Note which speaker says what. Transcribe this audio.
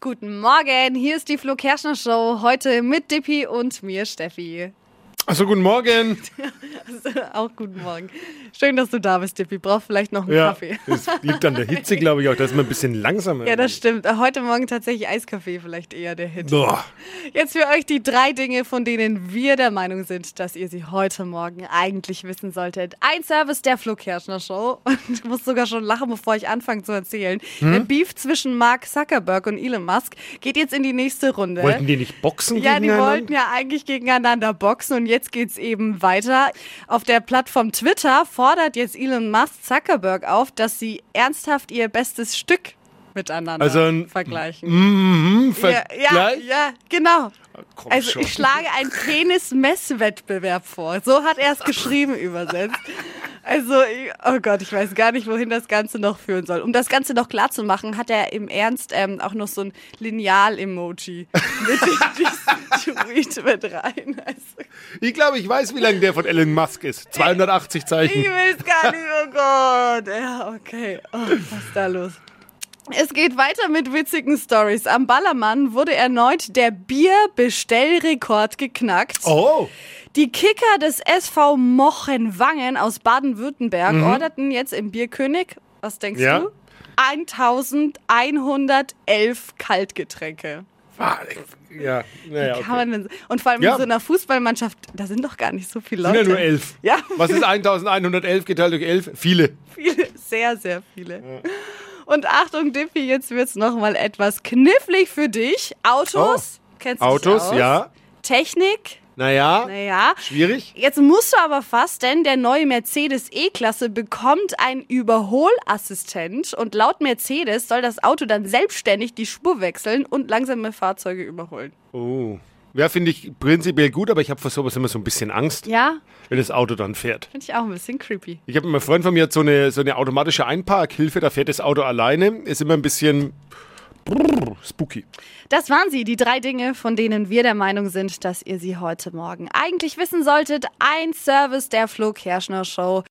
Speaker 1: Guten Morgen, hier ist die Flo Kerschner Show. Heute mit Dippi und mir, Steffi.
Speaker 2: Also guten Morgen.
Speaker 1: Auch guten Morgen. Schön, dass du da bist, Dippi. Brauchst vielleicht noch einen Kaffee.
Speaker 2: das liegt an der Hitze, glaube ich, auch, dass man ein bisschen langsamer.
Speaker 1: Ja, das stimmt. Heute Morgen tatsächlich Eiskaffee vielleicht eher der Hit.
Speaker 2: Boah.
Speaker 1: Jetzt für euch die drei Dinge, von denen wir der Meinung sind, dass ihr sie heute Morgen eigentlich wissen solltet. Ein Service der Flo Kerschner Show. Und ich muss sogar schon lachen, bevor ich anfange zu erzählen. Der Beef zwischen Mark Zuckerberg und Elon Musk geht jetzt in die nächste Runde.
Speaker 2: Wollten die nicht boxen
Speaker 1: Ja, die
Speaker 2: gegeneinander?
Speaker 1: wollten ja eigentlich gegeneinander boxen und jetzt geht's eben weiter. Auf der Plattform Twitter fordert jetzt Elon Musk Zuckerberg auf, dass sie ernsthaft ihr bestes Stück miteinander
Speaker 2: Also ein-
Speaker 1: vergleichen.
Speaker 2: Mhm,
Speaker 1: Ja, ja,
Speaker 2: Vergleich?
Speaker 1: ja, genau.
Speaker 2: Komm
Speaker 1: Also
Speaker 2: schon.
Speaker 1: ich schlage einen Penis-Messwettbewerb vor. So hat er es geschrieben übersetzt. Also, ich- oh Gott, ich weiß gar nicht, wohin das Ganze noch führen soll. Um das Ganze noch klar zu machen, hat er im Ernst ähm, auch noch so ein Lineal-Emoji mit in diesen Tweet mit rein. Also,
Speaker 2: ich glaube, ich weiß, wie lang der von Elon Musk ist. 280
Speaker 1: ich
Speaker 2: Zeichen.
Speaker 1: will es gar nicht, oh Gott. Ja, okay. Oh, was ist da los? Es geht weiter mit witzigen Stories. Am Ballermann wurde erneut der Bierbestellrekord geknackt.
Speaker 2: Oh,
Speaker 1: Die Kicker des SV Mochenwangen aus Baden-Württemberg orderten jetzt im Bierkönig, was denkst
Speaker 2: Mhm. Ja.
Speaker 1: du? 1111 Kaltgetränke.
Speaker 2: Ah, ja, naja.
Speaker 1: Kann
Speaker 2: Okay.
Speaker 1: man denn, und vor allem
Speaker 2: Ja.
Speaker 1: in so einer Fußballmannschaft, da sind doch gar nicht so viele
Speaker 2: Sind
Speaker 1: Leute.
Speaker 2: ja nur elf.
Speaker 1: Ja.
Speaker 2: Was ist 1111 geteilt durch 11? Viele.
Speaker 1: Viele, sehr, sehr viele. Und Achtung, Dippy, jetzt wird's nochmal etwas knifflig für dich. Autos, kennst du dich
Speaker 2: Oh. Autos,
Speaker 1: aus?
Speaker 2: ja.
Speaker 1: Technik,
Speaker 2: Naja,
Speaker 1: naja.
Speaker 2: schwierig.
Speaker 1: Jetzt musst du aber fast, denn der neue Mercedes E-Klasse bekommt einen Überholassistent und laut Mercedes soll das Auto dann selbstständig die Spur wechseln und langsame Fahrzeuge überholen.
Speaker 2: Oh. Ja, finde ich prinzipiell gut, aber ich habe vor sowas immer so ein bisschen Angst,
Speaker 1: Ja,
Speaker 2: wenn das Auto dann fährt.
Speaker 1: finde ich auch ein bisschen creepy.
Speaker 2: Ich habe immer Freund von mir hat so eine so eine automatische Einparkhilfe, da fährt das Auto alleine, ist immer ein bisschen brrr, spooky.
Speaker 1: Das waren sie, die drei Dinge, von denen wir der Meinung sind, dass ihr sie heute Morgen eigentlich wissen solltet. Ein Service der Flo Kerschner Show.